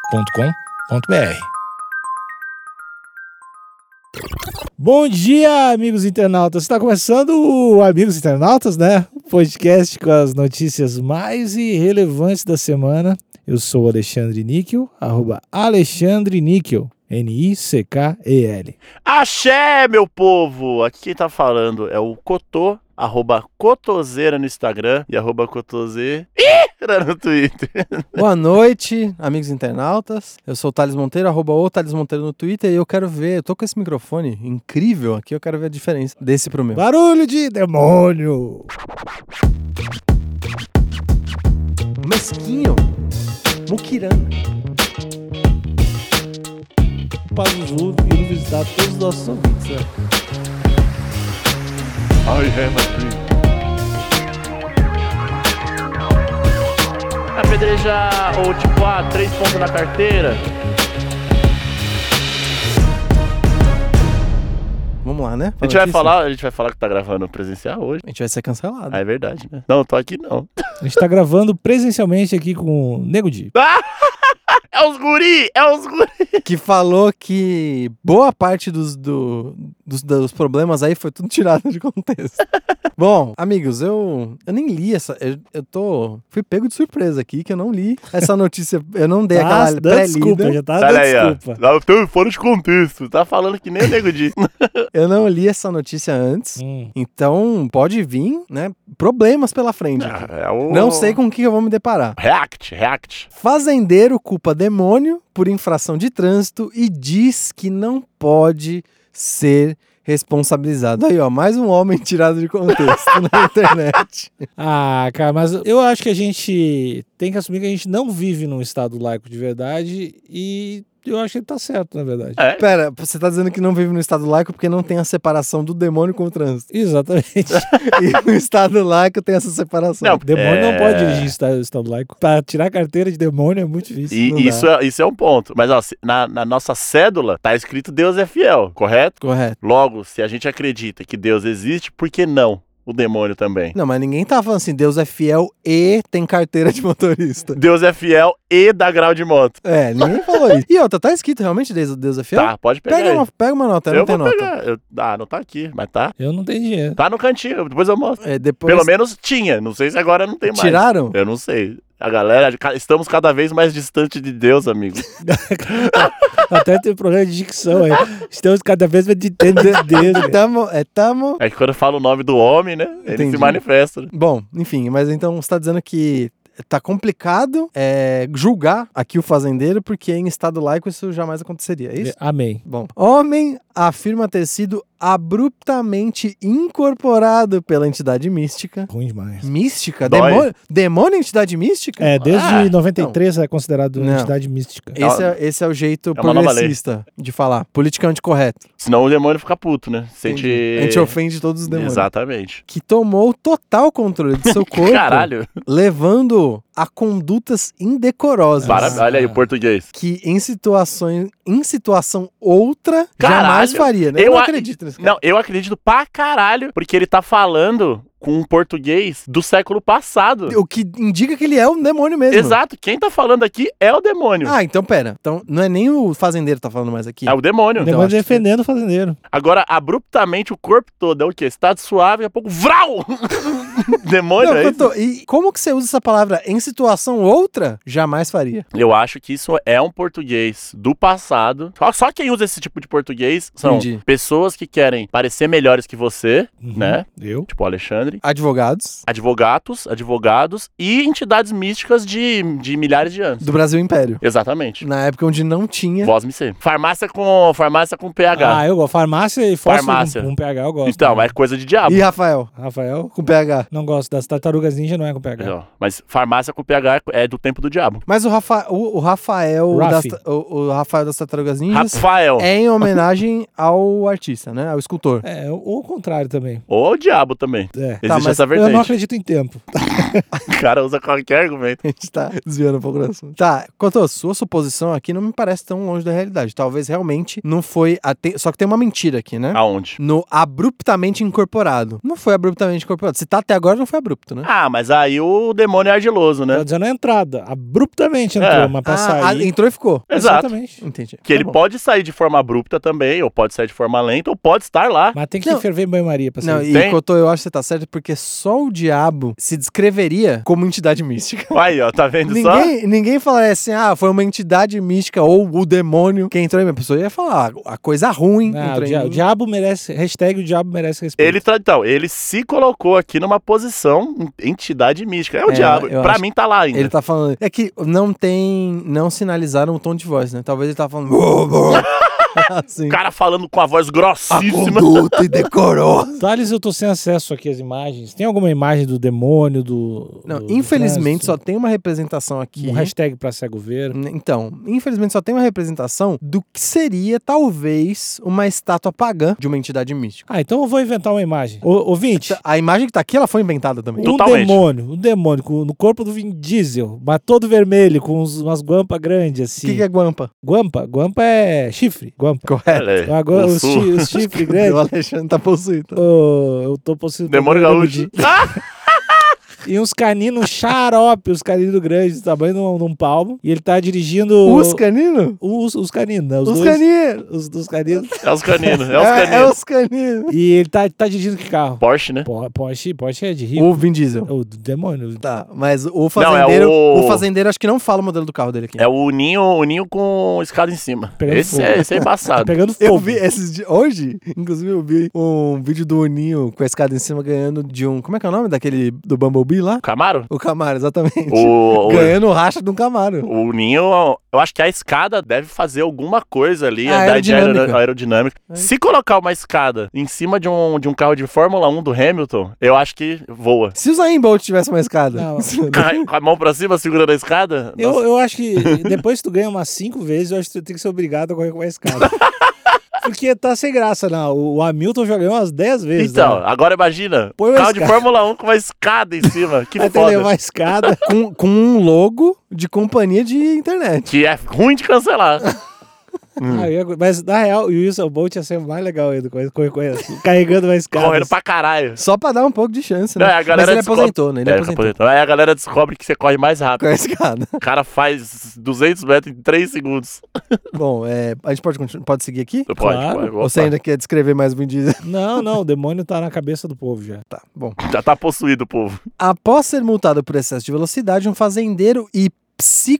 agenciadepodcast.com.br. Bom dia, amigos internautas. Está começando o Amigos Internautas, né? O podcast com as notícias mais irrelevantes da semana. Eu sou o Alexandre Níquel, arroba Alexandre Níquel, N-I-C-K-E-L. Axé, meu povo! Aqui quem tá falando é o Cotô, arroba Cotoseira no Instagram e arroba Cotoseira no Twitter. Boa noite, amigos internautas. Eu sou o Thales Monteiro, arroba o Thales Monteiro no Twitter e eu quero ver, eu tô com esse microfone incrível aqui, eu quero ver a diferença desse pro meu. Barulho de demônio! Mesquinho, muquirana. Pazuzu vindo visitar todos os nossos ouvintes, né? I have a dream. Apedrejar ou tipo, ah, três pontos na carteira. Vamos lá, né? A gente vai falar, a gente vai falar que tá gravando presencial hoje. A gente vai ser cancelado. Ah, é verdade, né? Não, tô aqui não. A gente tá gravando presencialmente aqui com o Nego Di. É os guri! É os guri! Que falou que boa parte dos, do- dos, dos problemas aí foi tudo tirado de contexto. Bom, amigos, eu, eu nem li essa. Eu, eu tô. Fui pego de surpresa aqui que eu não li essa notícia. Eu não dei Tá aquela dando desculpa, pré-lida. já tá dando Olha aí, ó. desculpa. Tá tão fora de contexto. Tá falando que nem o nego disse. Eu não li essa notícia antes. Hum. Então pode vir, né? Problemas pela frente. aqui. É o- Não sei com o que eu vou me deparar. React, react. Fazendeiro culpa demônio por infração de trânsito e diz que não pode ser responsabilizado. Aí, ó, mais um homem tirado de contexto na internet. Ah, cara, mas eu acho que a gente tem que assumir que a gente não vive num estado laico de verdade e eu acho que ele tá certo, na verdade. É. Pera, você tá dizendo que não vive no estado laico porque não tem a separação do demônio com o trânsito. Exatamente. E no estado laico tem essa separação. Não, Demônio É. não pode dirigir estado, estado laico. Pra tirar a carteira de demônio é muito difícil. E não dá. isso é, isso é um ponto. Mas ó, se- na, na nossa cédula tá escrito Deus é fiel, correto? Correto. Logo, se a gente acredita que Deus existe, por que não o demônio também? Não, mas ninguém tá falando assim, Deus é fiel e tem carteira de motorista. Deus é fiel e dá grau de moto. É, ninguém falou isso. E outra, tá escrito realmente Deus Deus é fiel? Tá, pode pegar. Pega aí. uma, pega uma nota, eu não tem vou nota. pegar. Eu- ah, não tá aqui, mas tá. Eu não tenho dinheiro. Tá no cantinho, depois eu mostro. É, depois Pelo menos tinha, não sei se agora não tem mais. tiraram? Eu não sei. A galera, ca- estamos cada vez mais distante de Deus, amigo. Até tem problema de dicção aí. Estamos cada vez mais de tendo dedo. Tamo, é tamo. É que quando eu falo o nome do homem, né? Ele se Entendi. manifesta. Bom, enfim, mas então você tá dizendo que tá complicado é, julgar aqui o fazendeiro, porque em estado laico isso jamais aconteceria, é isso? Amém. Bom, homem afirma ter sido abruptamente incorporado pela entidade mística. Ruim demais. Hum. Mística? Dói. Demônio? Demônio é entidade mística? É, desde Ah, 93 é considerado então. Não. entidade mística. Esse é, esse é o jeito É uma nova lei. progressista de falar. Politicamente correto. Senão o demônio fica puto, né? Sente. Entendi. A gente ofende todos os demônios. Exatamente. Que tomou total controle de seu corpo, Caralho. levando a condutas indecorosas. Parabéns. Olha aí o português. que em situações em situação outra Caralho! jamais faria, né? Eu, Eu não a- acredito nesse cara. Não, eu acredito pra caralho, porque ele tá falando com um português do século passado. O que indica que ele é um demônio mesmo. Exato, quem tá falando aqui é o demônio. Ah, então pera. Então não é nem o fazendeiro que tá falando mais aqui. É o demônio. O Não. demônio acho que- defendendo o fazendeiro. Agora, abruptamente, o corpo todo é o quê? Estado suave, daqui a pouco. Vral! demônio Não, é eu isso? tô- E como que você usa essa palavra em situação outra? Jamais faria. Eu acho que isso é um português do passado. Só- Só quem usa esse tipo de português são Entendi. Uhum. pessoas que querem parecer melhores que você, né? Eu? Tipo o Alexandre. Advogados advogados, advogados e entidades místicas de, de milhares de anos. do Brasil Império. Exatamente. Na época onde não tinha. Voz me sei. Farmácia com farmácia com PH. Ah, eu gosto. Farmácia e fósforo Farmácia. com, com PH eu gosto. né? então, é coisa de diabo. E Rafael, Rafael, com PH. não gosto. Das tartarugas ninja não é com PH. Entendeu? Mas farmácia com PH é do tempo do diabo. Mas o, Rafa, o, o Rafael Rafi. das, o, o Rafael das Tartarugas Ninjas Rafael. é em homenagem ao artista, né? Ao escultor. É, ou ou o contrário também. Ou o diabo também. É. Existe mas essa Eu não vertente. acredito em tempo. O cara usa qualquer argumento. A gente tá desviando um pouco do assunto. Tá, quanto à sua suposição aqui, não me parece tão longe da realidade. Talvez realmente não foi. a te- Só que tem uma mentira aqui, né? Aonde? No abruptamente incorporado. Não foi abruptamente incorporado. Se tá até agora, não foi abrupto, né? Ah, mas aí o demônio é ardiloso, Tá né? dizendo a entrada. Abruptamente entrou, É. mas pra Ah, ah, sair. entrou e ficou. Exato. Exatamente. Entendi. Que ele Tá bom. pode sair de forma abrupta também, ou pode sair de forma lenta, ou pode estar lá. Mas tem que Não. ferver em banho-maria pra sair. Não, e Tem? Cotô, eu acho que você tá certo, porque só o diabo se descreveria como entidade mística. Aí, ó, tá vendo só? Ninguém, ninguém falaria assim, ah, foi uma entidade mística ou o demônio que entrou em mim. A pessoa ia falar, ah, a coisa ruim Ah, entrou o, em dia- o mim. diabo merece. Hashtag o diabo merece respeito. Ele, tra- então, ele se colocou aqui numa posição entidade mística. É o É, diabo. eu Pra acho- mim tá lá ainda. Ele tá falando. É que não tem. Não sinalizaram o tom de voz, né? Talvez ele tá falando. "Bô, bô", assim. O cara falando com a voz A grossíssima. conduta e decorosa. Thales, eu tô sem acesso aqui às imagens. Tem alguma imagem do demônio, do. Não, do- do infelizmente só trânsito? tem uma representação aqui. Um hashtag pra cego ver. Então, infelizmente só tem uma representação do que seria talvez uma estátua pagã de uma entidade mística. Ah, então eu vou inventar uma imagem. Ô, ouvinte, A imagem que tá aqui, ela foi inventada também. um Totalmente. demônio, um demônio com- no corpo do Vin Diesel, mas todo vermelho, com uns- umas guampas grandes O assim. que, que é guampa? Guampa? Guampa é chifre. Guampa. Correto. Olha aí, Agora, o os, sul. chi, os chifre O grandes. Alexandre tá possuído. Ô, eu tô possuindo. Demônio pelo gaúcho. Ah, Demônio. E uns caninos xarope, os caninos grandes, do tamanho de um, de um palmo. E ele tá dirigindo. Os caninos? Os, os caninos, né? Os, Os dois, caninos! os, os caninos. É os caninos, é os É, caninos. é os caninos! E ele tá, tá dirigindo que carro? Porsche, né? Por- Porsche, Porsche é de rico. O Vin Diesel. O demônio. Tá, mas o fazendeiro. é o- o... fazendeiro acho que não fala o modelo do carro dele aqui. É o ninho, o ninho com escada em cima. Pegando Esse fogo. é, esse é Tá embaçado. pegando fogo. Eu vi esses dias. Hoje, inclusive, eu vi um vídeo do Oninho com a escada em cima ganhando de um. Como é que é o nome daquele. do Bumblebee lá? Camaro? O Camaro, exatamente. O, o, Ganhando o racha de um Camaro. o ninho, eu acho que a escada deve fazer alguma coisa ali, A andar de aero- Ah, aerodinâmica. É aerodinâmica. Aí. Se colocar uma escada em cima de um, de um carro de Fórmula 1 do Hamilton, eu acho que voa. Se o Zayn Bolt tivesse uma escada. Não. Cai Com a mão pra cima, segurando a escada? Eu, Nossa, eu acho que depois que tu ganha umas cinco vezes, eu acho que tu tem que ser obrigado a correr com a escada. Porque tá sem graça, não. O, o Hamilton já ganhou umas 10 vezes. Então, né? agora imagina, Põe uma carro de escada. Fórmula 1 com uma escada em cima. Que Aí tem que é foda. levar a escada. com, com um logo de companhia de internet. Que é ruim de cancelar. Hum. Ah, eu ia- mas na real, o Wilson Bolt ia ser mais legal ainda, correr, correr, correr, assim, carregando uma escada. Correndo pra caralho. Só pra dar um pouco de chance, né? Não, é, a Mas galera ele descobre- aposentou, né? Ele É, aposentou. aposentou. Aí a galera descobre que você corre mais rápido. Com a escada. O cara faz 200 metros em 3 segundos. Bom, é, a gente pode, continuar- pode seguir aqui? Pode, Claro. pode. Ou Você opa. ainda quer descrever mais o Vin Diesel? Não, não, o demônio tá na cabeça do povo já. Tá, bom. Já tá possuído o povo. Após ser multado por excesso de velocidade, um fazendeiro e psi...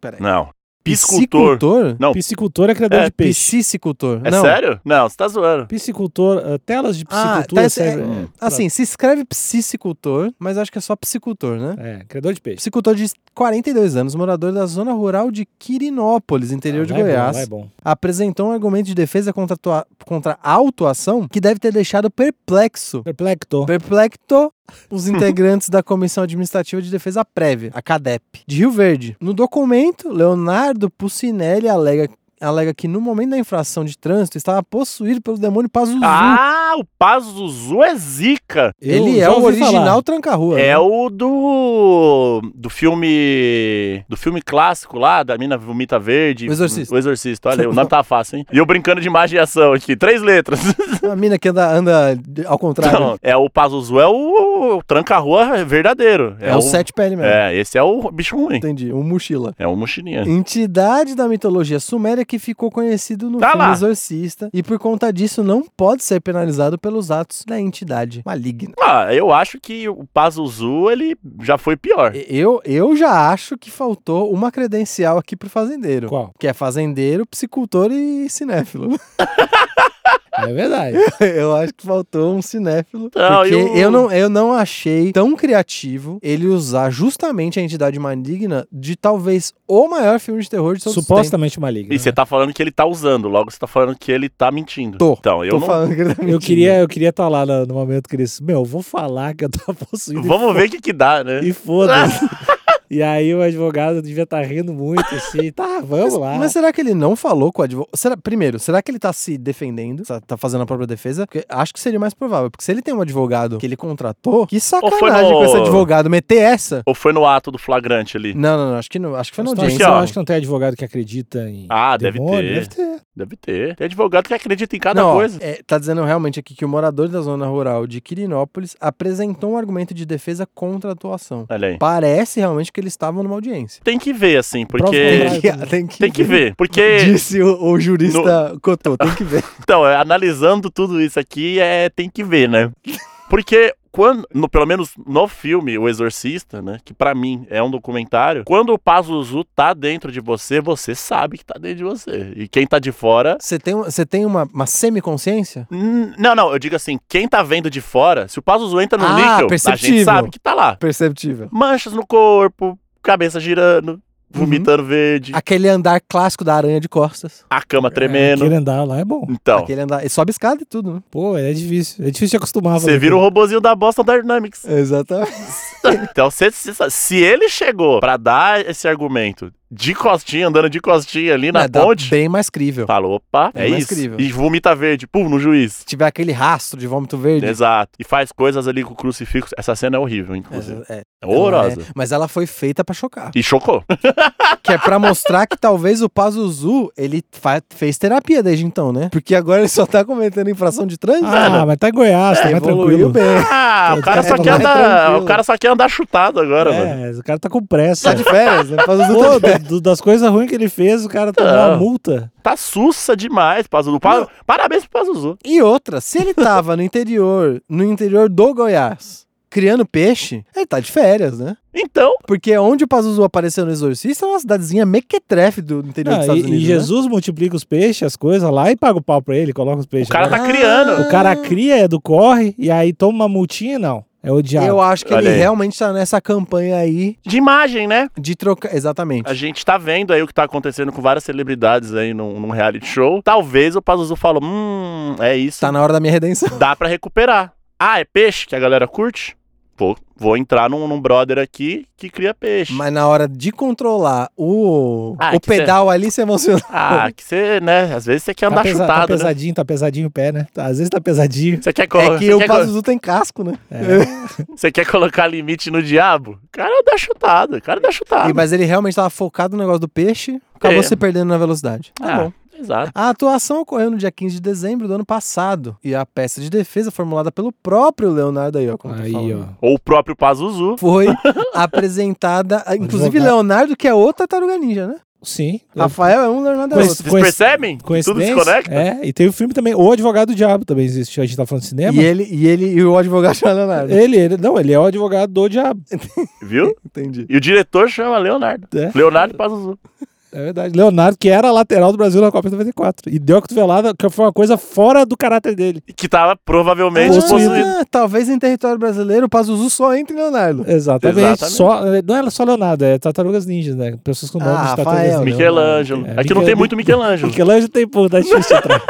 Peraí. Não. Piscultor. Piscicultor? Não. Piscicultor é criador É, de peixe. Piscicultor. É Não. sério? Não, você tá zoando. Piscicultor, eh, telas de Ah, piscicultura tá, serve- é- é, pra- Assim, se escreve piscicultor, mas acho que é só piscicultor, né? É, criador de peixe. Piscicultor de 42 anos, morador da zona rural de Quirinópolis, interior de Ah, Vai bom, Goiás. vai bom. apresentou um argumento de defesa contra, a tua- contra a autuação que deve ter deixado perplexo. Perplecto. Perplexo os integrantes da Comissão Administrativa de Defesa Prévia, a CADEP, de Rio Verde. No documento, Leonardo Pucinelli alega, alega que no momento da infração de trânsito estava possuído pelo demônio Pazuzu. Ah, o Pazuzu é zica. Eu Ele é já o ouvi falar. original tranca-rua. É né? o do. Do filme. Do filme clássico lá, da mina Vomita Verde. O Exorcista. O Exorcista, olha aí, o nome tá fácil, hein? E eu brincando de imagem e ação aqui. Três letras. A mina que anda, anda de- ao contrário. Não, é o Pazuzu, é o, o tranca-rua verdadeiro. é, o sete pele mesmo. É, esse é o bicho ruim. Entendi, um mochila. É um mochilinha. Entidade da mitologia suméria que ficou conhecido no Tá filme lá. Exorcista e por conta disso não pode ser penalizado pelos atos da entidade maligna. Ah, eu acho que o Pazuzu, ele já foi pior. E- Eu, eu já acho que faltou uma credencial aqui pro fazendeiro. Qual? Que é fazendeiro, psicultor e cinéfilo. É verdade. Eu acho que faltou um cinéfilo. Não, porque e o- eu, não, eu não achei tão criativo ele usar justamente a entidade maligna de talvez o maior filme de terror de é todos os tempos. Supostamente né? maligno. E você tá falando que ele tá usando, logo você tá falando que ele tá mentindo. Tô. Então, eu Tô não. falando que ele tá Eu mentindo. queria eu queria estar lá no, no momento que eles. Meu, eu vou falar que eu tava possuído. Vamos ver o que que dá, né? E foda-se. E aí o advogado devia estar rindo muito, assim, tá, vamos Mas, lá. mas será que ele não falou com o advogado? Será, primeiro, será que ele tá se defendendo? Tá- Tá fazendo a própria defesa? Porque acho que seria mais provável. Porque se ele tem um advogado que ele contratou, que foi sacanagem no- com esse advogado meter essa. Ou foi no ato do flagrante ali? Não, não, não. Acho que não. Acho que foi na Então, Aqui, audiência. assim, eu ó. acho que não tem advogado que acredita em Ah, deve demônio. ter. Deve ter. Deve ter. Tem advogado que acredita em cada Não, ó, coisa. é, tá dizendo realmente aqui que o morador da zona rural de Quirinópolis apresentou um argumento de defesa contra a atuação. Olha aí. Parece realmente que eles estavam numa audiência. Tem que ver, assim, Prova- porque. tem que, Tem que ver. Porque. Disse o, o jurista Cotô, tem que ver. Então, é, analisando tudo isso aqui, é, tem que ver, né? Porque. Quando, no- pelo menos no filme O Exorcista, né? Que pra mim é um documentário. Quando o Pazuzu tá dentro de você, você sabe que tá dentro de você. E quem tá de fora. Você tem, um- você tem uma, uma semiconsciência? Hum, Não, não, eu digo assim: quem tá vendo de fora, se o Pazuzu entra no Ah, níquel, a gente perceptível. sabe que tá lá. Perceptível. Manchas no corpo, cabeça girando, vomitando verde, Aquele andar clássico da aranha de costas. a cama tremendo. Aquele andar lá é bom. Então, Aquele andar. E sobe escada e tudo, né? Pô, é difícil. É difícil de acostumar. você vira o robozinho da Boston Dynamics. Exatamente. Então, se, se- se ele chegou pra dar esse argumento de costinha, andando de costinha ali na Não, é, dá ponte, Bem mais crível. falou, opa, é, É mais isso. crível. E vomita verde, pum, no juiz. Se tiver aquele rastro de vômito verde. Exato. E faz coisas ali com o crucifixo. Essa cena é horrível, inclusive. É, é, É horrorosa. é, mas ela foi feita pra chocar. E chocou. Que é pra mostrar que talvez o Pazuzu, ele fa- fez terapia desde então, né? Porque agora ele só tá cometendo infração de trânsito. Ah, mas tá em Goiás, É, tá mais tranquilo. Evoluiu bem. Ah, o cara só É, quer mas andar. O tranquilo. cara só quer andar chutado agora, mano. É, o cara tá com pressa. Tá de férias, né? Pazuzu tá Pô, de férias. do- do- das coisas ruins que ele fez, o cara tomou uma Não. multa. Tá sussa demais, Pazuzu. Pa- Parabéns pro Pazuzu. E outra, se ele tava no interior, no interior do Goiás, criando peixe, ele tá de férias, né? Então, Porque onde o Pazuzu apareceu no Exorcista é uma cidadezinha mequetrefe do interior Não, e, dos Estados Ah, e Unidos. né? Jesus multiplica os peixes, as coisas lá e paga o pau pra ele, coloca os peixes. o cara lá. tá criando. O Ah. cara cria, é do corre, e aí toma uma multinha, não. É o diabo. Eu acho que Olha ele aí. realmente tá nessa campanha aí De imagem, né? de trocar. Exatamente. A gente tá vendo aí o que tá acontecendo com várias celebridades aí num, num reality show. Talvez o Pazuzu falou: hum, é isso. Tá na hora da minha redenção. Dá pra recuperar. Ah, é peixe que a galera curte? Vou, vou entrar num, num brother aqui que cria peixe. Mas na hora de controlar o, Ah, o que cê- pedal ali, você emociona. Ah, que você, né? Às vezes você é quer tá, andar pesa- tá chutado, né? pesadinho, tá pesadinho o pé, né? Tá- às vezes tá pesadinho. Você quer, É colo- que você o quer colo- Pazuzu tem casco, né? É. você quer colocar limite no diabo? O cara dá chutado, o cara dá chutado. E- mas ele realmente tava focado no negócio do peixe, acabou É. se perdendo na velocidade. Tá Ah, bom. Exato. A atuação ocorreu no dia 15 de dezembro do ano passado. E a peça de defesa, formulada pelo próprio Leonardo aí, ó. como eu tô Aí, falando, ó. Ou o próprio Pazuzu. Foi apresentada. Inclusive, Advogado. Leonardo, que é outro tartaruga ninja, né? Sim. Rafael é um, Leonardo é Mas- outro. Vocês percebem? Tudo Coincidência? desconecta. É, e tem o filme também, O Advogado do Diabo também existe. A gente tá falando de cinema. E ele, e ele e o advogado chama Leonardo. Ele, ele, não, ele é o advogado do diabo. Viu? Entendi. E o diretor chama Leonardo. É. Leonardo Pazuzu. É verdade. Leonardo, que era lateral do Brasil na Copa de 94. E deu a cotovelada, que foi uma coisa fora do caráter dele. Que tava provavelmente Possuído. possuído. Ah, talvez em território brasileiro o Pazuzu só entre Leonardo. Exatamente. Exatamente. Só, não era só Leonardo, é Tartarugas Ninjas, né? Pessoas com nome Ah, de Rafael, Tartarugas Ninjas. Michelangelo. É, Aqui não tem Michel- muito Michelangelo. Michelangelo tem pô, tá difícil entrar.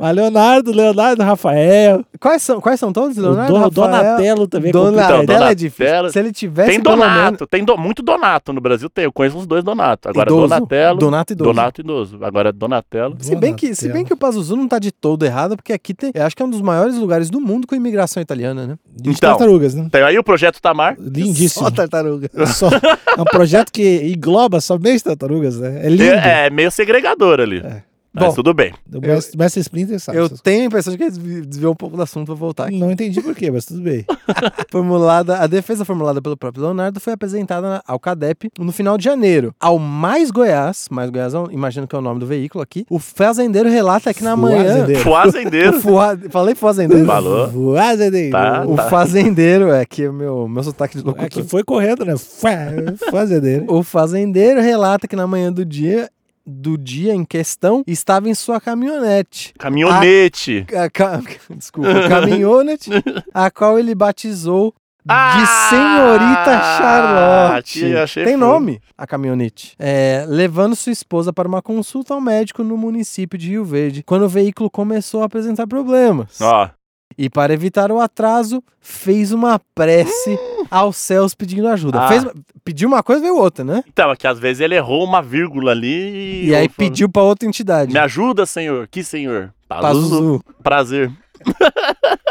Mas Leonardo, Leonardo, Rafael, Quais são, quais são todos, Leonardo? o Don- Rafael, Donatello também. é Donatello complicado. Então, é difícil. Donatello. Se ele tivesse Tem pelo Donato, tem do- muito Donato no Brasil, tem. Eu conheço os dois Donato. Agora Idoso. Donatello. Donato e Dozo. Donato idoso. Agora Donatello. Se bem, que, se bem que o Pazuzu não tá de todo errado, porque aqui tem, eu acho que é um dos maiores lugares do mundo com imigração italiana, né? De Então. tartarugas, né? Tem aí o projeto Tamar. Lindíssimo. Só tartaruga. Só- é um projeto que engloba somente tartarugas, né? É lindo. É, é meio segregador ali. Mas É. Bom. tudo bem. O mestre, mestre Splinter sabe. Eu essas tenho a impressão de que ele desviou um pouco do assunto pra voltar aqui. coisas. Não entendi por quê, mas tudo bem. Formulada, a defesa formulada pelo próprio Leonardo foi apresentada na- ao CADEP no final de janeiro. Ao Mais Goiás, Mais Goiás, eu imagino que é o nome do veículo aqui, o fazendeiro relata que na manhã... Fazendeiro. O Fuazendeiro. fua- Falei fazendeiro? Falou. Fazendeiro. Tá. O fazendeiro, é que o meu, meu sotaque de locutor. É que foi correndo, né? Fa- Fazendeiro. O fazendeiro relata que na manhã do dia do dia em questão estava em sua caminhonete. Caminhonete. Ca- É, ca- Desculpa, caminhonete, a qual ele batizou de Ah, Senhorita Charlotte. tia, achei Tem fofo. nome a caminhonete. É, levando sua esposa para uma consulta ao médico no município de Rio Verde, quando o veículo começou Ah. a Ah. apresentar problemas. Ó, E para evitar o atraso, fez uma prece aos céus pedindo ajuda. Hum. Ah. Fez, pediu uma coisa, veio outra, né? Então, é que às vezes ele errou uma vírgula ali E aí eu falo, pediu pra outra entidade. Me ajuda, senhor. Que senhor? Pazuzu. Pazuzu. Prazer.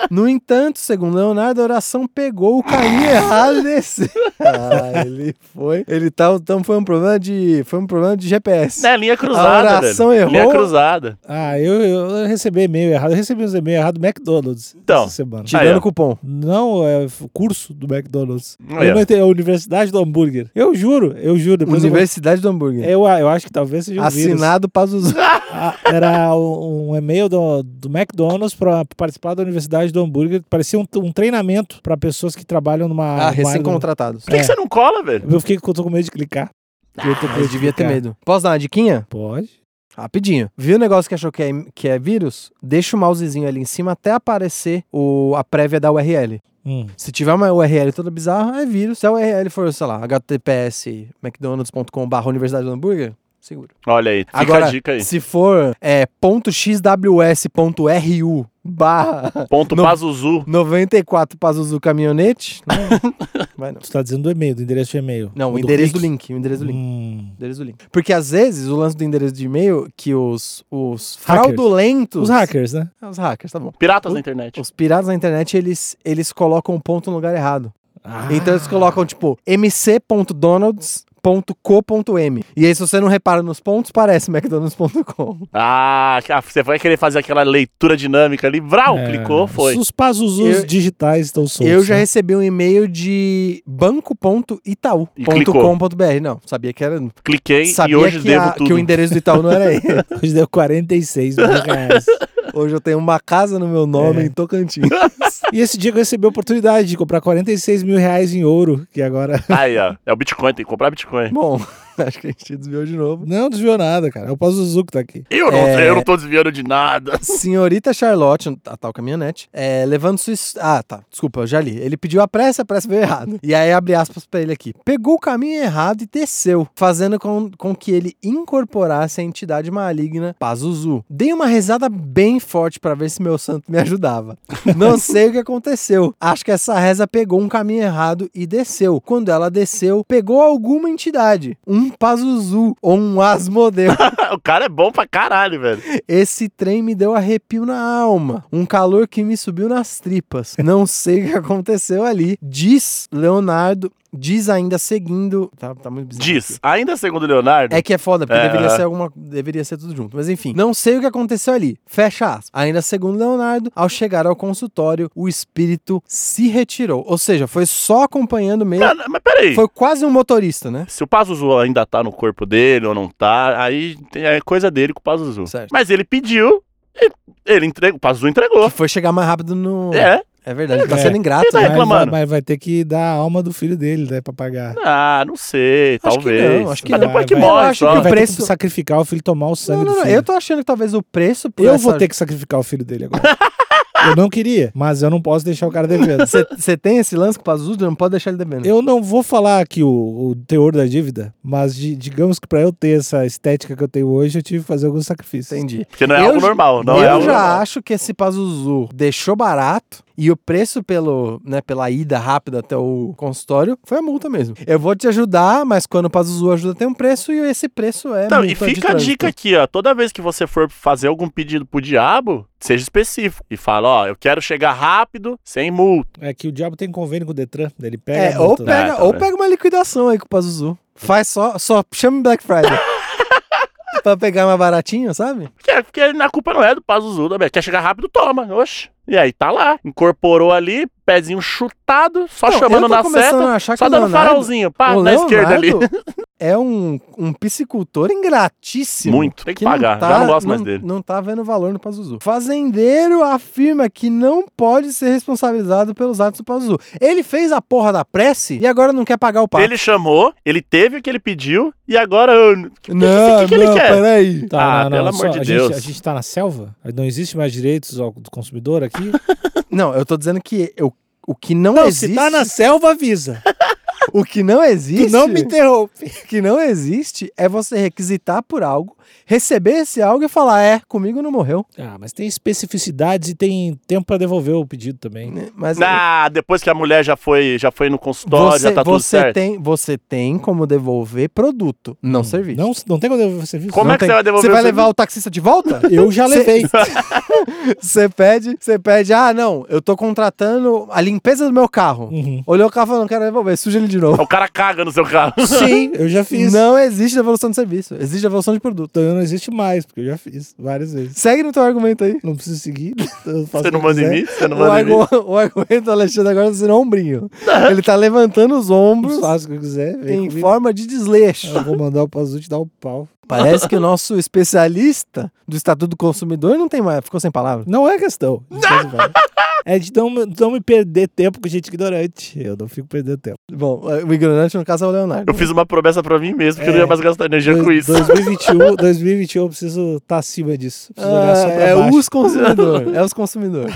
No entanto, segundo Leonardo, a oração pegou o caminho errado desse. Ah, ele foi. Ele tá, então foi um problema de, foi um problema de GPS. Né, linha cruzada, A oração velho. Linha errou? cruzada. Ah, eu, eu recebi e-mail errado. Eu recebi uns e-mails errados do McDonald's Então, essa semana. Aí, Tirando ó. o cupom. Não, é o curso do McDonald's. Aí, eu ó. não entendi, é a Universidade do Hambúrguer. Eu juro, eu juro. Depois eu vou- Universidade do Hambúrguer. É, eu, eu acho que talvez seja um vírus. Assinado Pazuzu. Ah, era um um e-mail do, do McDonald's para participar da Universidade do Hambúrguer. Parecia um, um treinamento para pessoas que trabalham numa. numa Ah, área do- recém-contratados. Por que, É. que você não cola, velho? Eu fiquei com tô com medo de clicar. Ah, Eu tô com medo Eu de devia ter clicar. medo. Posso dar uma diquinha? Pode. Rapidinho. Viu o negócio que achou que é, que é vírus? Deixa o mousezinho ali em cima até aparecer o, a prévia da URL. Hum. Se tiver uma URL toda bizarra, é vírus. Se a URL for, sei lá, https mcdonalds.com.br universidade do hambúrguer, seguro. Olha aí. Fica Agora, a dica aí. se for é, ponto .xws.ru barra Ponto Não. Pazuzu. 94 Pazuzu Caminhonete, não, vai não. Tu tá dizendo do e-mail, do endereço de e-mail. Não, Ou o endereço do link, o endereço do link. Hum. Endereço do link. Porque às vezes o lance do endereço de e-mail que os, os Hackers. fraudulentos. Os hackers, né? Ah, Os hackers, tá bom. Piratas da internet. Os piratas na internet, eles, eles colocam o ponto no lugar errado. Ah. Então eles colocam, tipo, mc.donalds.co.m. E aí, se você não repara nos pontos, parece mcdonalds.com. Ah, ah, você vai querer fazer aquela leitura dinâmica ali. Vral, É, clicou, foi. Os pazuzus Eu- digitais estão soltos. Eu já né? recebi um e-mail de E clicou. banco.itaú.com.br. Não, sabia que era. Cliquei Sabia e hoje que, devo a- tudo. que o endereço do Itaú não era ele. Hoje deu 46 mil reais. Hoje eu tenho uma casa no meu nome É. em Tocantins. e esse dia que eu recebi a oportunidade de comprar 46 mil reais em ouro, que agora. Aí, ó. É o Bitcoin, tem que comprar Bitcoin. Bom, acho que a gente desviou de novo. Não desviou nada, cara. É o Pazuzu que tá aqui. Eu não, É. sei, eu não tô desviando de nada. Senhorita Charlotte, a tal caminhonete, é, levando sua. es- Ah, tá. Desculpa, eu já li. Ele pediu a pressa, a pressa veio errado. E aí abre aspas pra ele aqui. Pegou o caminho errado e desceu, fazendo com, com que ele incorporasse a entidade maligna Pazuzu. Dei uma rezada bem forte pra ver se meu santo me ajudava. Não sei o que aconteceu. Acho que essa reza pegou um caminho errado e desceu. Quando ela desceu, pegou alguma entidade, um Pazuzu ou um Asmodeu. o cara é bom pra caralho, velho. Esse trem me deu arrepio na alma, um calor que me subiu nas tripas. Não sei o que aconteceu ali. Diz Leonardo, diz ainda seguindo. Tá, tá muito bizarro Diz, aqui. ainda segundo o Leonardo, É que é foda, porque É, deveria, é. ser alguma, deveria ser tudo junto. Mas enfim, não sei o que aconteceu ali. Fecha aspas. Ainda segundo Leonardo, ao chegar ao consultório, o espírito se retirou. Ou seja, foi só acompanhando mesmo. Não, não, mas peraí. Foi quase um motorista, né? Se o Pazuzu ainda tá no corpo dele ou não tá, aí tem- é coisa dele com o Pazuzu. Certo. Mas ele pediu, e ele entregou, o Pazuzu entregou. Que foi chegar mais rápido no. É. É verdade, tá É. sendo Tá ingrato. né? Mas vai- reclamando. Mas vai ter que dar a alma do filho dele, né, pra pagar. Ah, não sei, Acho que talvez. não, acho que mas não. depois que Vai- morre, Eu acho só. que Ele vai ter preço- que sacrificar o filho, tomar o sangue Não, não, do não. filho. Eu tô achando que talvez o preço por Eu essa- vou ter que sacrificar o filho dele agora. eu não queria, mas eu não posso deixar o cara devendo. Você- tá Você tem esse lance com o Pazuzu? Não pode deixar ele devendo. Eu não vou falar aqui o, o teor da dívida, mas di- digamos que pra eu ter essa estética que eu tenho hoje, eu tive que fazer alguns sacrifícios. Entendi. Porque não é Eu algo já- normal, não eu é algo já normal. acho que esse Pazuzu deixou barato e o preço pelo, né, pela ida rápida até o consultório foi a multa mesmo. Eu vou te ajudar, mas quando o Pazuzu ajuda tem um preço e esse preço é Então, multa e de fica a trânsito. dica aqui, ó. Toda vez que você for fazer algum pedido pro diabo, seja específico. E fala, ó, eu quero chegar rápido, sem multa. É que o diabo tem convênio com o Detran, ele pega. É, a ou multa, né? pega, Ah, tá ou bem. pega uma liquidação aí com o Pazuzu. Faz só, só chama o Black Friday. pra pegar mais baratinho, sabe? Porque, porque na culpa não é do Pazuzu, também. Quer chegar rápido, toma. Oxe. E aí tá lá. Incorporou ali, pezinho chutado, só Não, eu chamando tô na começando seta. a achar Só que né? o dando Leonardo- farolzinho, pá, o na esquerda ali. Leonardo É um, um piscicultor ingratíssimo. Muito. Tem que pagar. Já não gosto mais dele. Não tá vendo valor no Pazuzu. Fazendeiro afirma que não pode ser responsabilizado pelos atos do Pazuzu. Ele fez a porra da prece e agora não quer pagar o pato. Ele chamou, ele teve o que ele pediu e agora. eu- Não, que que ele não, quer? peraí. Tá, Ah, Ah, não, não, pelo só- amor de a Deus. Gente, a gente tá na selva? Não existe mais direitos ao- do consumidor aqui? Não, eu tô dizendo que eu, o que não, Não, existe... se tá na selva, avisa. O que não existe. Tu não me interrompe. O que não existe é você requisitar por algo, receber esse algo e falar, é, comigo não morreu. Ah, mas tem especificidades e tem tempo pra devolver o pedido também. Mas Ah, depois que a mulher já foi, já foi no consultório, já tá tudo você certo. Hum. tem, você tem como devolver produto, não serviço. Não, não tem como devolver o serviço? Como Não é que tem. você vai devolver Você vai o levar o taxista de volta? Eu já Cê- levei. Você pede, você pede, ah, não, eu tô contratando a limpeza do meu Hum. carro. Uhum. Olhou o carro e falou, não quero devolver, suja ele de novo. O cara caga no seu carro. Sim, eu já fiz. Não existe devolução de serviço, existe devolução de produto. Então não existe mais, porque eu já fiz várias vezes. Segue no teu argumento aí. Não preciso seguir. né? Então, eu faço Você o que não manda em quiser. mim? Você não O, manda em mim? argu- o argumento do Alexandre agora tá sendo ombrinho. Ele tá levantando os ombros Eu Faço o que eu quiser. Vem em comigo. forma de desleixo. Ah. Eu vou mandar o Pazu te dar um pau. Parece que o nosso especialista do Estatuto do Consumidor não tem mais, ficou sem palavras. Não é questão. É de não, não me perder tempo com gente ignorante. Eu não fico perdendo tempo. Bom, o ignorante no caso é o Leonardo. Eu fiz uma promessa pra mim mesmo, que eu não É. ia mais gastar energia com Dois- isso. 2021, 2021 eu preciso estar acima disso. Preciso olhar só Ah, pra é baixo. os consumidores. É os consumidores.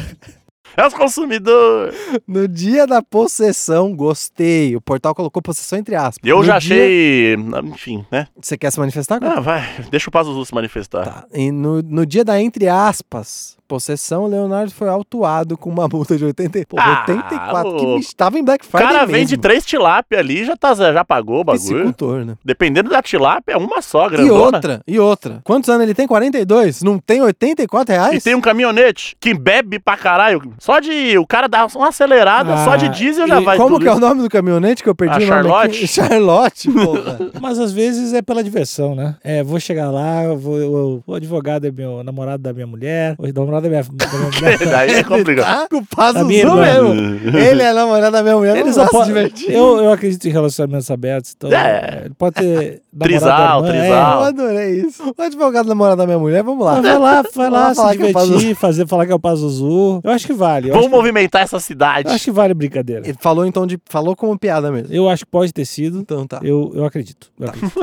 É os consumidores. No dia da possessão, gostei. O portal colocou possessão entre aspas. Eu No já dia- achei. Enfim, né? Você quer se manifestar? Guto? Ah, vai. Deixa o Pazuzu se manifestar. Tá. E no, no dia da entre aspas, possessão, Leonardo foi autuado com uma multa de 80, pô, Ah, 84, que louco. estava em Black O Friday cara mesmo. vende três tilápia ali, já, tá, já pagou o bagulho. Piscicultor, né? Dependendo da tilápia, é uma só, grandona. E outra, e outra. Quantos anos ele tem? 42? Não tem 84 reais? E tem um caminhonete que bebe pra caralho. Só de. O cara dá uma acelerada, Ah, só de diesel já E vai. Como tudo que é o isso. nome do caminhonete que eu perdi A o nome aqui? Charlotte, porra. Mas às vezes é pela diversão, né? É, vou chegar lá, eu vou, eu- o advogado é meu namorado da minha mulher, o namorado da minha, da minha mulher. Daí é complicado. Tá? O Pazuzu A minha irmã. mesmo. Ele é a namorada da minha mulher, Eles Eles não não pode podem. se divertir. Eu, eu acredito em relacionamentos abertos. Então, É. ele pode ter. namorado da Trisal, irmã, é. trisal. Eu adorei isso. O advogado namorado da minha mulher, vamos lá. Ah, vai lá, vai lá, Vai se falar que é o divertir, fazer, falar que é o Pazuzu. Eu acho que vale. Eu acho, Vamos movimentar essa cidade. eu acho que vale a brincadeira. Ele falou então de. Falou como piada mesmo. Eu acho que pode ter sido. Então tá. Eu, eu acredito. Eu acredito.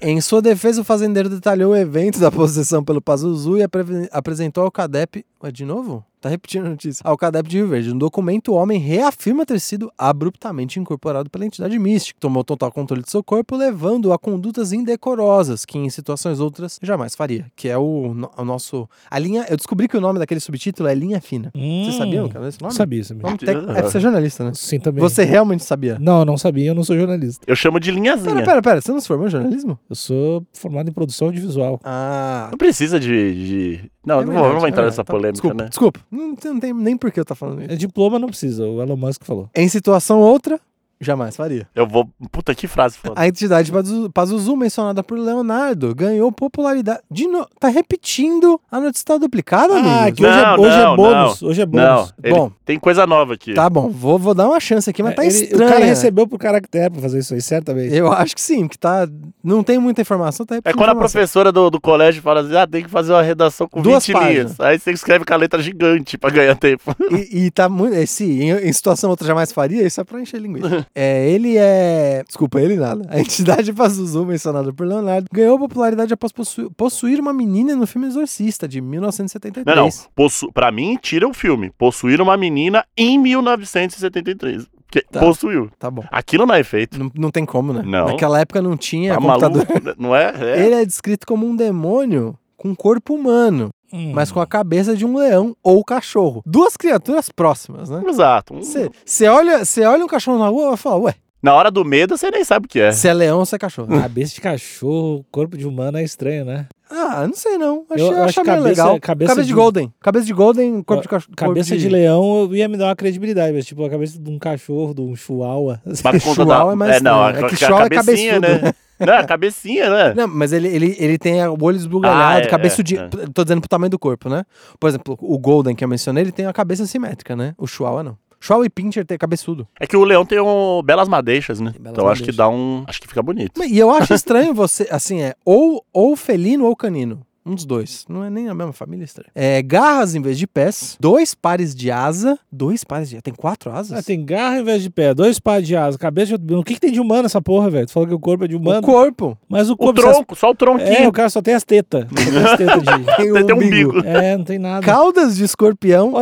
Em sua defesa, o fazendeiro detalhou o evento da possessão pelo Pazuzu e apre- apresentou ao CADEP. Ué, de novo? Tá repetindo a notícia. Ao CADEP de Rio Verde. No documento, o homem reafirma ter sido abruptamente incorporado pela entidade mística, que tomou total controle de seu corpo, levando-o a condutas indecorosas, que em situações outras jamais faria. Que é o, no- o nosso. A linha. Eu descobri que o nome daquele subtítulo é Linha Fina. Vocês Hum, sabiam que era esse nome? Sabia, sabia. Nome técnico- É, você é jornalista, né? Sim, também. Você realmente sabia? Não, eu não sabia, eu não sou jornalista. Eu chamo de linhazinha. Pera, pera, pera. Você não se formou em jornalismo? Eu sou formado em produção audiovisual. Ah, Não precisa de. de- Não, É não, verdade, vou, não vou é entrar verdade. nessa Tá, polêmica, Desculpa, né? desculpa. Não, tem- não tem nem por que eu tá falando isso. É, Diploma não precisa, o Elon Musk falou. É. Em situação outra, jamais faria. Eu vou. Puta, que frase foda. A entidade Pazu- Pazuzu, mencionada por Leonardo, ganhou popularidade. De novo, tá repetindo a notícia tá duplicada, Ah, amigo? que hoje, é, Não, hoje é não, bônus. Hoje é Não, bônus. ele- Bom. tem coisa nova aqui. Tá bom, vou, vou dar uma chance aqui, mas tá É, ele- estranho. O cara recebeu por caractere pra fazer isso aí, certamente. Eu acho que sim, porque tá. Não tem muita informação, tá É repetindo. quando a informação. professora do, do colégio fala assim: ah, tem que fazer uma redação com Duas 20 linhas. Aí você escreve com a letra gigante pra ganhar tempo. E, e tá muito. Esse, em, em situação outra jamais faria, isso é pra encher linguiça. é, ele é. Desculpa, ele nada. A entidade Pazuzu, mencionada por Leonardo, ganhou popularidade após possu- possuir uma menina no filme Exorcista, de 1973. Não, não. Possu... Pra mim, tira o filme. Possuir uma menina em 1973. Porque Tá. possuiu. Tá bom. Aquilo não é efeito. Não, não tem como, né? Não. Naquela época não tinha Tá computador. maluco? Não é? É. Ele é descrito como um demônio com corpo humano, Hum. mas com a cabeça de um leão ou cachorro. Duas criaturas próximas, né? Exato. Um- Você olha, cê olha um cachorro na rua e fala, ué, Na hora do medo, você nem sabe o que é. se é leão ou se é cachorro. Cabeça de cachorro, corpo de humano é estranho, né? Ah, não sei não. Achei, Eu- eu acho achei meio cabeça- legal. cabeça Cabeça, de... de- Golden. Cabeça de Golden, corpo de cachorro. Cabeça de... leão eu ia me dar uma credibilidade, mas tipo, a cabeça de um cachorro, de um chihuahua. Mas por conta Chihuahua da... é mais não, estranho. É a, que a Chihuahua é cabecinha, né? Não, a cabecinha, né? Não, mas ele, ele, ele tem o olho Ah, esbugalhado, é, cabeçudinho. é, Tô dizendo pro tamanho do corpo, né? Por exemplo, o Golden que eu mencionei, ele tem a cabeça simétrica, né? O Chihuahua não. Chihuahua e Pincher tem cabeçudo. É que o leão tem um... belas madeixas, né? belas então eu acho que madeixas. dá um... Acho que fica bonito. E eu acho estranho você, assim, é ou, ou felino ou canino. Um dos dois. Não é nem a mesma família, é estranho. É, garras em vez de pés. Dois pares de asa. Dois pares de asa. Tem quatro asas? Ah, tem garra em vez de pé, dois pares de asas, cabeça de. O que, que tem de humano essa porra, velho? Tu falou que o corpo é de humano. O corpo. Mas o O corpo. tronco, um só o É, tronquinho. o cara só tem as tetas. Só tem as tetas de. Tem Tem um umbigo. É, não tem nada. Caudas de escorpião.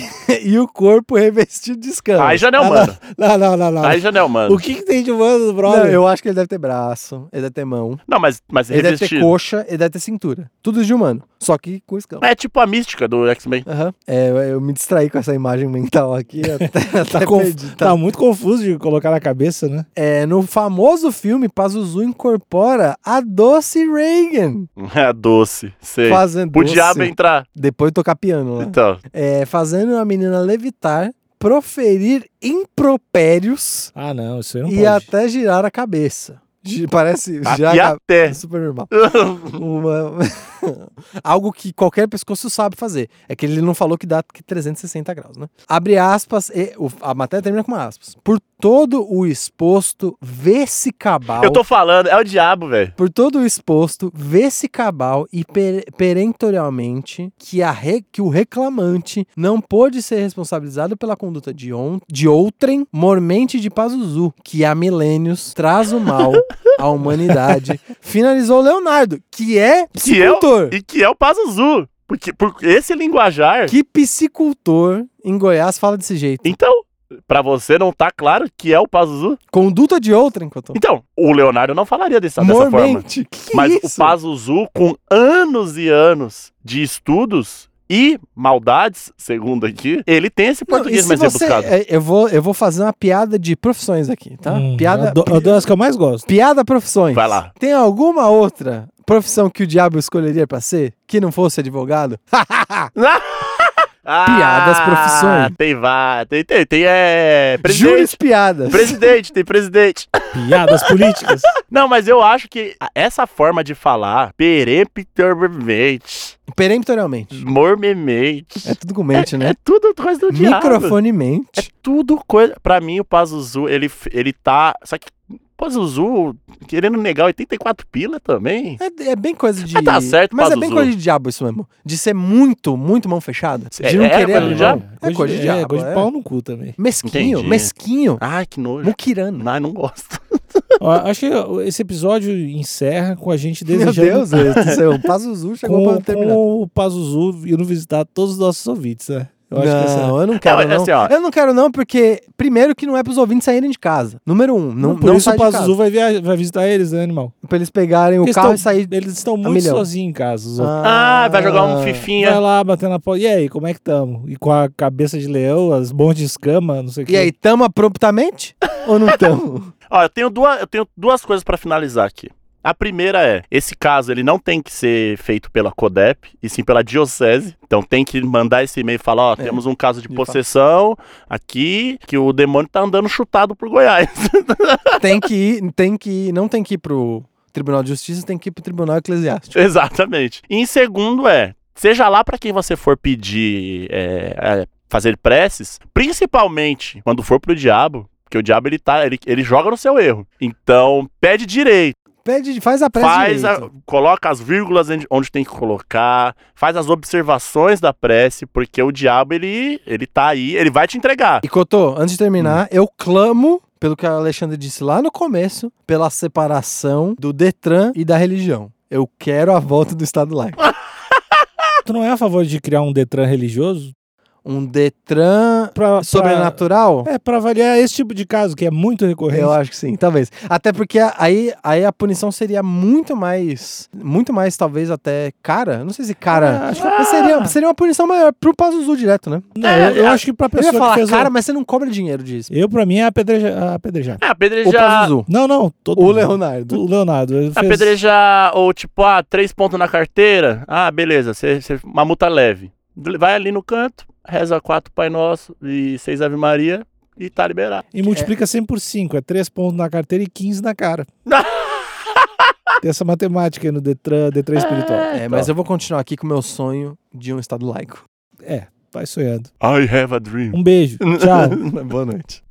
e o corpo revestido de escama. Aí já não é humano. Não, não, não, não. Aí já não é humano. O que, que tem de humano, brother? Não, eu acho que ele deve ter braço, ele deve ter mão, Não, mas, mas ele deve ter revestido. coxa, ele deve ter cintura. Tudo de humano, só que com escama. É tipo a mística do X-Men. Aham. É, eu, eu me distraí com essa imagem mental aqui. eu Até, até Tá, conf- perdi, tá? tá muito confuso de colocar na cabeça, né? É, no famoso filme, Pazuzu incorpora a doce Reagan. É doce. Sei. Fazendo O diabo entrar. Depois de tocar piano lá. Então. É, fazendo a menina levitar, proferir impropérios Ah, não, isso aí não e pode. até girar a cabeça. Gi- Parece girar a E cabeça. tá até. É super normal. Uma- Algo que qualquer pescoço sabe fazer. É que ele não falou que dá que 360 graus, né? Abre aspas, e- o- a matéria termina com uma aspas. Por todo o exposto, vê-se cabal. Eu tô falando, é o diabo, velho. Por todo o exposto, vê-se cabal e per- perentorialmente que, a re- que o reclamante não pôde ser responsabilizado pela conduta de, on, de outrem, mormente de Pazuzu, que há milênios traz o mal à humanidade. Finalizou Leonardo, que é Que é, psicultor. o- e que é o Pazuzu. Porque por esse linguajar. Que psicultor em Goiás fala desse jeito? Então, pra você não tá claro que é o Pazuzu? Conduta de outrem, Cotô. Então, o Leonardo não falaria dessa, dessa forma. Mormente. Que que Mas é o isso? Pazuzu, com anos e anos de estudos e maldades, segundo aqui, ele tem esse Não, português e se mais você- rebuscado. é, eu, vou, eu vou fazer uma piada de profissões aqui, tá? Hum, piada, eu ado- eu adoro as que eu mais gosto. piada profissões. Vai lá. Tem alguma outra profissão que o diabo escolheria pra ser que não fosse advogado? Ah, piadas, profissões. Tem várias. Tem, tem, tem, é. Juros Presidente. piadas. Presidente, tem presidente. Piadas políticas. Não, mas eu acho que essa forma de falar, peremptormente, Peremptorialmente. mormemente, É tudo com mente, né? é tudo coisa do diabo. É Microfonemente. tudo coisa. Pra mim, o Pazuzu, ele, ele tá. Só que o Pazuzu, querendo negar 84 pila também. É, é bem coisa de. Ah, tá certo, mas é Pazuzu. bem coisa de diabo isso mesmo. De ser muito, muito mão fechada. De É- não é querer coisa de abrir diabo? mão. É coisa de diabo. É, coisa de é. pau no cu também. Mesquinho, Entendi. mesquinho. Ai, que nojo. Muquirano. Ai, não gosto. Ó, acho que esse episódio encerra com a gente Meu desejando Deus, esse seu Pazuzu chegou com, pra terminar. com o Pazuzu indo visitar todos os nossos ouvintes, né? Eu acho que essa... Não, eu não quero é não. assim, ó. eu não quero não, porque primeiro que não é pros ouvintes saírem de casa. Número um, não, Por não isso sai o de Pazuzu casa. vai, viajar, vai visitar eles, né, animal? Pra eles pegarem o Eles carro tão- e sair... Eles estão muito milhão. sozinhos em casa, os outros. Ah, vai jogar um fifinha. Vai lá, bater na porta. E aí, como é que tamo? E com a cabeça de leão, as bons de escama, não sei o que. E aí, tamo abruptamente? ou não tamo? Ó, eu tenho duas, eu tenho duas coisas pra finalizar aqui. A primeira é, esse caso ele não tem que ser feito pela CODEP, e sim pela diocese. Então tem que mandar esse e-mail e falar, ó, É, temos um caso de de possessão aqui, que o demônio tá andando chutado por Goiás. tem que ir, tem que ir, não tem que ir pro Tribunal de Justiça, tem que ir pro Tribunal Eclesiástico. Exatamente. E em segundo é, seja lá pra quem você for pedir é, é, fazer preces, principalmente quando for pro diabo, porque o diabo ele tá, ele, ele joga no seu erro. Então, pede direito, Pede, faz a prece faz a- direito. coloca as vírgulas onde- onde tem que colocar, faz as observações da prece, porque o diabo ele ele tá aí, ele vai te entregar. E Cotô, antes de Hum. terminar, eu clamo pelo que a Alexandre disse lá no começo, pela separação do Detran e da religião. Eu quero a volta do Estado laico. Tu não é a favor de criar um Detran religioso? Um Detran Pra, pra- sobrenatural? É, pra avaliar esse tipo de caso, que é muito recorrente. Eu acho que sim, talvez. Até porque a- aí, aí a punição seria muito mais. Muito mais, talvez, até cara. Não sei se cara. Ah, acho mas seria, seria uma punição maior pro Pazuzu direto, né? Não, eu, eu acho que pra Eu pessoa ia falar que fez o- cara, mas você não cobra dinheiro disso. Eu, pra mim, é apedrejar. apedrejar. É, O apedrejar, Pazuzu. Não, não. Todo O mundo. Leonardo. O Leonardo. ele fez- apedrejar ou tipo, ah, três pontos na carteira. Ah, beleza, você você- uma multa leve. Vai ali no canto, reza quatro Pai Nosso e seis Ave Maria e tá liberado. E multiplica 100 por 5. É 3 pontos na carteira e 15 na cara. Tem essa matemática aí no Detran, Detran espiritual. É, mas eu vou continuar aqui com o meu sonho de um Estado laico. Vai sonhando. I have a dream. Um beijo. Tchau. Boa noite.